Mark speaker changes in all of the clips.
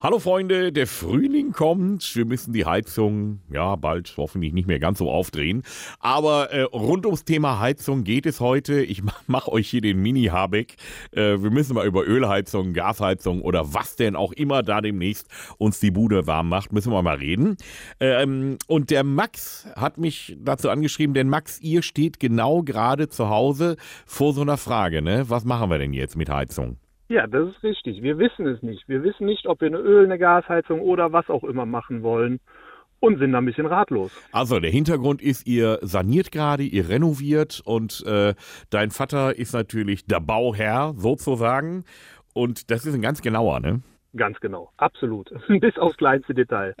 Speaker 1: Hallo Freunde, der Frühling kommt. Wir müssen die Heizung ja bald hoffentlich nicht mehr ganz so aufdrehen. Aber äh, rund ums Thema Heizung geht es heute. Ich ma- mach euch hier den Mini-Habeck. Äh, wir müssen mal über Ölheizung, Gasheizung oder was denn auch immer da demnächst uns die Bude warm macht, müssen wir mal reden. Ähm, und der Max hat mich dazu angeschrieben, denn Max, ihr steht genau gerade zu Hause vor so einer Frage, ne? Was machen wir denn jetzt mit Heizung?
Speaker 2: Ja, das ist richtig. Wir wissen es nicht. Wir wissen nicht, ob wir eine Öl, eine Gasheizung oder was auch immer machen wollen und sind da ein bisschen ratlos.
Speaker 1: Also der Hintergrund ist, ihr saniert gerade, ihr renoviert und äh, dein Vater ist natürlich der Bauherr sozusagen. Und das ist ein ganz genauer, ne?
Speaker 2: Ganz genau. Absolut. Bis aufs kleinste Detail.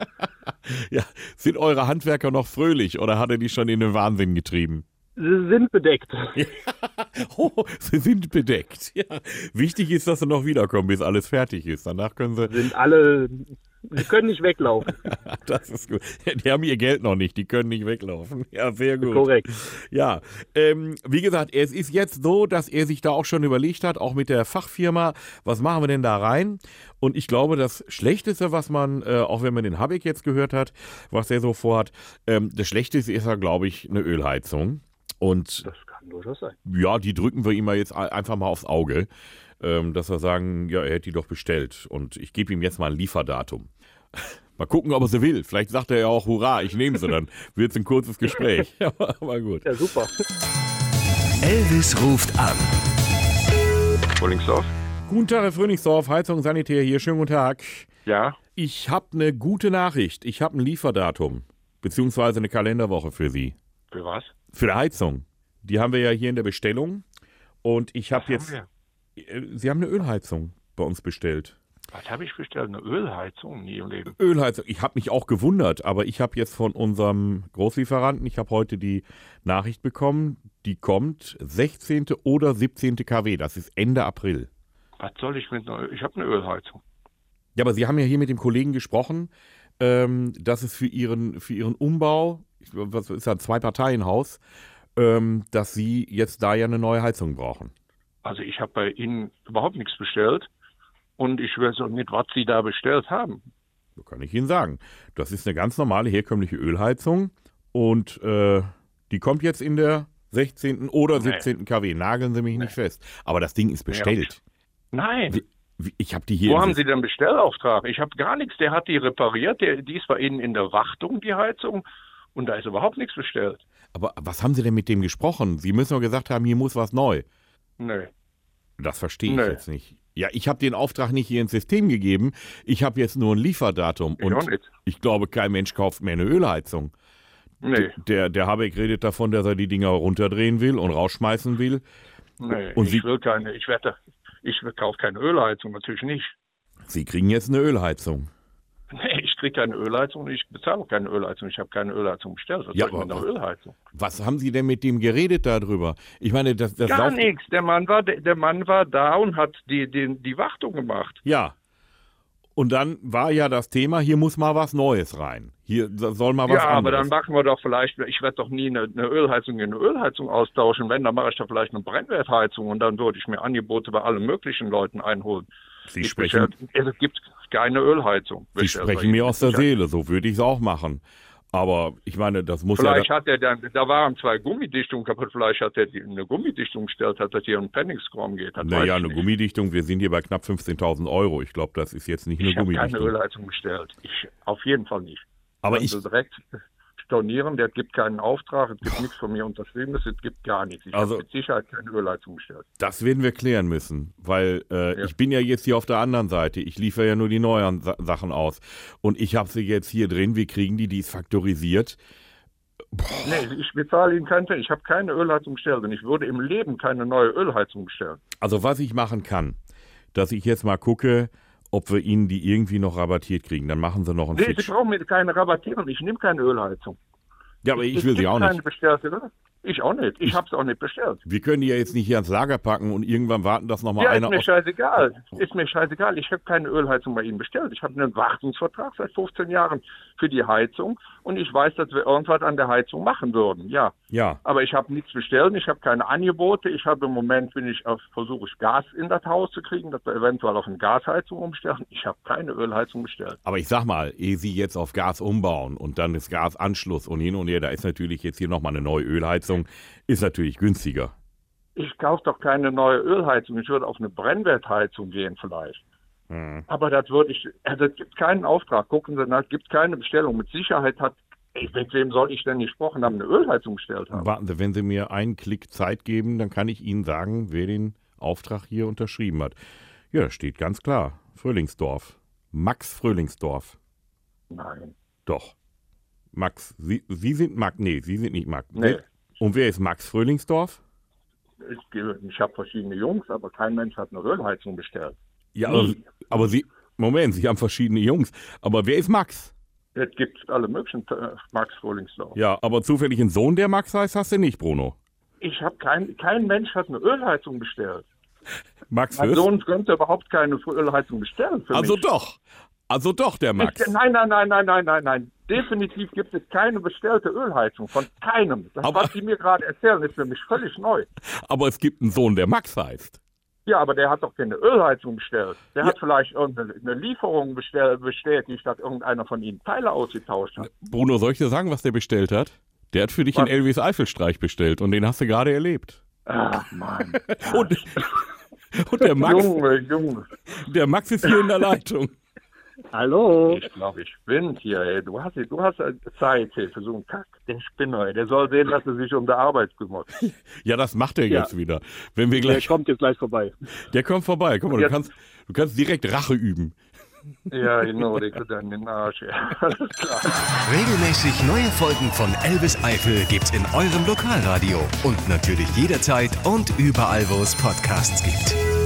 Speaker 1: Ja, sind eure Handwerker noch fröhlich oder hat er die schon in den Wahnsinn getrieben?
Speaker 2: Sie sind bedeckt.
Speaker 1: Oh, sie sind bedeckt. Ja. Wichtig ist, dass sie noch wiederkommen, bis alles fertig ist. Danach können sie.
Speaker 2: Sind alle. Sie können nicht weglaufen.
Speaker 1: Das ist gut. Die haben ihr Geld noch nicht, die können nicht weglaufen. Ja, sehr gut.
Speaker 2: Korrekt.
Speaker 1: Ja, ähm, wie gesagt, es ist jetzt so, dass er sich da auch schon überlegt hat, auch mit der Fachfirma, was machen wir denn da rein? Und ich glaube, das Schlechteste, was man, äh, auch wenn man den Habeck jetzt gehört hat, was er so vorhat, ähm, das Schlechteste ist ja, glaube ich, eine Ölheizung. Und
Speaker 2: Das kann durchaus sein.
Speaker 1: ja, die drücken wir ihm mal jetzt ein- einfach mal aufs Auge, ähm, dass wir sagen, ja, er hätte die doch bestellt. Und ich gebe ihm jetzt mal ein Lieferdatum. Mal gucken, ob er sie will. Vielleicht sagt er ja auch, hurra, ich nehme sie, dann wird es ein kurzes Gespräch. Aber, aber gut.
Speaker 2: Ja, super.
Speaker 3: Elvis ruft an.
Speaker 4: Frühlingsdorf?
Speaker 1: Guten Tag, Herr Fröhlingsdorf, Heizung Sanitär hier. Schönen guten Tag.
Speaker 4: Ja.
Speaker 1: Ich habe eine gute Nachricht. Ich habe ein Lieferdatum, beziehungsweise eine Kalenderwoche für Sie.
Speaker 4: Für was?
Speaker 1: Für die Heizung. Die haben wir ja hier in der Bestellung. Und ich habe jetzt.
Speaker 4: Haben
Speaker 1: Äh, Sie haben eine Ölheizung bei uns bestellt.
Speaker 4: wir- Was habe ich bestellt? Eine Ölheizung? Nie im Leben.
Speaker 1: Ölheizung. Ich habe mich auch gewundert, aber ich habe jetzt von unserem Großlieferanten, ich habe heute die Nachricht bekommen, die kommt 16. oder 17. KW. Das ist Ende April.
Speaker 4: Was soll ich mit einer Öl Ich habe eine Ölheizung.
Speaker 1: Ja, aber Sie haben ja hier mit dem Kollegen gesprochen, ähm, dass es für Ihren, für Ihren Umbau, ich, was ist das, Zwei-Parteien-Haus, ähm, dass Sie jetzt da ja eine neue Heizung brauchen.
Speaker 4: Also ich habe bei Ihnen überhaupt nichts bestellt. Und ich weiß auch nicht, was Sie da bestellt haben.
Speaker 1: So kann ich Ihnen sagen. Das ist eine ganz normale, herkömmliche Ölheizung und äh, die kommt jetzt in der 16. oder
Speaker 4: Nee.
Speaker 1: 17. KW. Nageln Sie mich nicht fest. Aber das Ding ist bestellt.
Speaker 4: Nein.
Speaker 1: Wie- Wie- Ich habe die hier.
Speaker 4: Wo
Speaker 1: im
Speaker 4: haben
Speaker 1: Sys-
Speaker 4: Sie denn Bestellauftrag? Ich habe gar nichts. Der hat die repariert. Der, die ist bei Ihnen in der Wartung, die Heizung. Und da ist überhaupt nichts bestellt.
Speaker 1: aber was haben Sie denn mit dem gesprochen? Sie müssen doch gesagt haben, hier muss was neu.
Speaker 4: Nö.
Speaker 1: Das verstehe ich
Speaker 4: Nee.
Speaker 1: jetzt nicht. Ja, ich habe den Auftrag nicht hier ins System gegeben. Ich habe jetzt nur ein Lieferdatum.
Speaker 4: Ich auch
Speaker 1: und
Speaker 4: nicht.
Speaker 1: ich glaube, kein Mensch kauft mehr eine Ölheizung.
Speaker 4: Nee.
Speaker 1: Der, der Habeck redet davon, dass er die Dinger runterdrehen will und rausschmeißen will.
Speaker 4: Nee.
Speaker 1: Und
Speaker 4: ich
Speaker 1: Sie-
Speaker 4: will keine. Ich werde. Ich kaufe keine Ölheizung. Natürlich nicht.
Speaker 1: Sie kriegen jetzt eine Ölheizung.
Speaker 4: Nee, ich kriege keine Ölheizung und ich bezahle auch keine Ölheizung. Ich habe keine Ölheizung bestellt. Was
Speaker 1: Ja,
Speaker 4: soll ich mit
Speaker 1: aber-
Speaker 4: einer Ölheizung?
Speaker 1: Was haben Sie denn mit dem geredet darüber? Ich meine, das, das
Speaker 4: Gar
Speaker 1: lauft-
Speaker 4: nichts. Der Mann war, der, der Mann war da und hat die, die, die Wartung gemacht.
Speaker 1: Ja. Und dann war ja das Thema, hier muss mal was Neues rein. Hier soll mal was
Speaker 4: ja, aber
Speaker 1: anderes.
Speaker 4: dann machen wir doch vielleicht, ich werde doch nie eine, eine Ölheizung in eine Ölheizung austauschen. Wenn, dann mache ich doch vielleicht eine Brennwertheizung und dann würde ich mir Angebote bei allen möglichen Leuten einholen.
Speaker 1: Sie
Speaker 4: Ich
Speaker 1: sprechen,
Speaker 4: bestell- es gibt keine Ölheizung.
Speaker 1: Sie
Speaker 4: Bestellt bei
Speaker 1: sprechen
Speaker 4: Ihnen.
Speaker 1: mir aus der
Speaker 4: Ich-
Speaker 1: Seele, so würde ich es auch machen. Aber ich meine, das muss ja.
Speaker 4: Vielleicht hat er dann, da waren zwei Gummidichtungen kaputt, vielleicht hat er die, eine Gummidichtung bestellt, hat das hier einen Panicstorm geht. Das weiß ich
Speaker 1: Naja, eine
Speaker 4: nicht.
Speaker 1: Gummidichtung, wir sind hier bei knapp 15.000 Euro. Ich glaube, das ist jetzt nicht eine
Speaker 4: Ich habe keine also
Speaker 1: Gummidichtung.
Speaker 4: Ölheizung bestellt. Ich, auf jeden Fall nicht.
Speaker 1: Aber ich,
Speaker 4: also direkt stornieren, der gibt keinen Auftrag, es gibt nichts von mir unterschriebenes, es gibt gar nichts. Ich
Speaker 1: Also-
Speaker 4: habe mit Sicherheit keine Ölheizung bestellt.
Speaker 1: das werden wir klären müssen, weil äh,
Speaker 4: Ja.
Speaker 1: ich bin ja jetzt hier auf der anderen Seite. Ich liefere ja nur die neuen Sa Sachen aus. Und ich habe sie jetzt hier drin, wir kriegen die, die ist faktorisiert.
Speaker 4: Nee, ich bezahle Ihnen keinen Cent. Ich habe keine Ölheizung bestellt und ich würde im Leben keine neue Ölheizung bestellen.
Speaker 1: Also was ich machen kann, dass ich jetzt mal gucke, ob wir ihnen die irgendwie noch rabattiert kriegen. Dann machen sie noch einen
Speaker 4: Nee, Sie
Speaker 1: Fitch.
Speaker 4: brauchen mir keine rabattieren. Ich nehme keine Ölheizung.
Speaker 1: Ja, aber ich
Speaker 4: Es
Speaker 1: will sie
Speaker 4: gibt
Speaker 1: auch nicht.
Speaker 4: Keine bestellte, Öl- Ich auch nicht. Ich habe es auch nicht bestellt.
Speaker 1: Wir können die ja jetzt nicht hier ans Lager packen und irgendwann warten, dass nochmal
Speaker 4: ja,
Speaker 1: einer
Speaker 4: ist mir
Speaker 1: aus. Oh.
Speaker 4: scheißegal. Ist mir scheißegal. Ich habe keine Ölheizung bei Ihnen bestellt. Ich habe einen Wartungsvertrag seit 15 Jahren für die Heizung und ich weiß, dass wir irgendwas an der Heizung machen würden. Ja.
Speaker 1: Ja.
Speaker 4: Aber ich habe nichts bestellt, ich habe keine Angebote. Ich habe im Moment, bin ich auf, versuche ich Gas in das Haus zu kriegen, dass wir eventuell auf eine Gasheizung umstellen. Ich habe keine Ölheizung bestellt.
Speaker 1: Aber ich sag mal, ehe sie jetzt auf Gas umbauen und dann ist Gasanschluss und hin und her, da ist natürlich jetzt hier nochmal eine neue Ölheizung, ist natürlich günstiger.
Speaker 4: Ich kaufe doch keine neue Ölheizung. Ich würde auf eine Brennwertheizung gehen vielleicht. Aber das würde ich, also es gibt keinen Auftrag. Gucken Sie nach, es gibt keine Bestellung. Mit Sicherheit hat, ey, mit wem soll ich denn gesprochen haben, eine Ölheizung bestellt haben?
Speaker 1: Warten Sie, wenn Sie mir einen Klick Zeit geben, dann kann ich Ihnen sagen, wer den Auftrag hier unterschrieben hat. Ja, da steht ganz klar. Fröhlingsdorf. Max Fröhlingsdorf.
Speaker 4: Nein.
Speaker 1: Doch. Max. Sie, sie sind Max. Nee, Sie sind nicht Max.
Speaker 4: Nee.
Speaker 1: Wer- Und wer ist Max Fröhlingsdorf?
Speaker 4: Ich, ich habe verschiedene Jungs, aber kein Mensch hat eine Ölheizung bestellt.
Speaker 1: Ja, aber,
Speaker 4: Nee.
Speaker 1: aber Sie. Moment, Sie haben verschiedene Jungs. Aber wer ist Max?
Speaker 4: Es gibt alle möglichen äh, Max Frühlingsdorf.
Speaker 1: Ja, aber zufällig ein Sohn, der Max heißt, hast du nicht, Bruno.
Speaker 4: Ich habe kein, kein Mensch hat eine Ölheizung bestellt.
Speaker 1: Max
Speaker 4: Mein
Speaker 1: Fürst?
Speaker 4: Sohn könnte überhaupt keine Ölheizung bestellen. Für
Speaker 1: also
Speaker 4: mich.
Speaker 1: doch. Also doch der Max.
Speaker 4: Ich, nein, nein, nein, nein, nein, nein, nein. Definitiv gibt es keine bestellte Ölheizung von keinem. Das,
Speaker 1: Aber-
Speaker 4: was Sie mir gerade erzählen, ist für mich völlig neu.
Speaker 1: Aber es gibt einen Sohn, der Max heißt.
Speaker 4: Ja, aber der hat doch keine Ölheizung bestellt. Der hat vielleicht irgendeine eine Lieferung bestell, bestätigt, dass irgendeiner von Ihnen Teile ausgetauscht hat.
Speaker 1: Bruno, soll ich dir sagen, was der bestellt hat? Der hat für dich
Speaker 4: Was?
Speaker 1: einen Elvis Eifelstreich bestellt und den hast du gerade erlebt.
Speaker 4: Ach, Mann.
Speaker 1: Und, und der, Max,
Speaker 4: Junge, Junge.
Speaker 1: der Max ist hier in der Leitung.
Speaker 2: Hallo.
Speaker 4: Ich glaube, ich spinnt hier, ey. Du hast, du hast äh, Zeit hier für so einen Kack. Den Spinner, ey. Der soll sehen, dass er sich um die Arbeit kümmert.
Speaker 1: Ja, das macht er jetzt wieder. Wenn wir
Speaker 2: Der
Speaker 1: gleich,
Speaker 2: kommt jetzt gleich vorbei.
Speaker 1: der kommt vorbei. Guck mal, du
Speaker 4: Jetzt-
Speaker 1: kannst, du kannst direkt Rache üben.
Speaker 4: Ja, genau, der kriegt dann den Arsch, ey. Alles klar.
Speaker 3: Regelmäßig neue Folgen von Elvis Eifel gibt's in eurem Lokalradio und natürlich jederzeit und überall, wo es Podcasts gibt.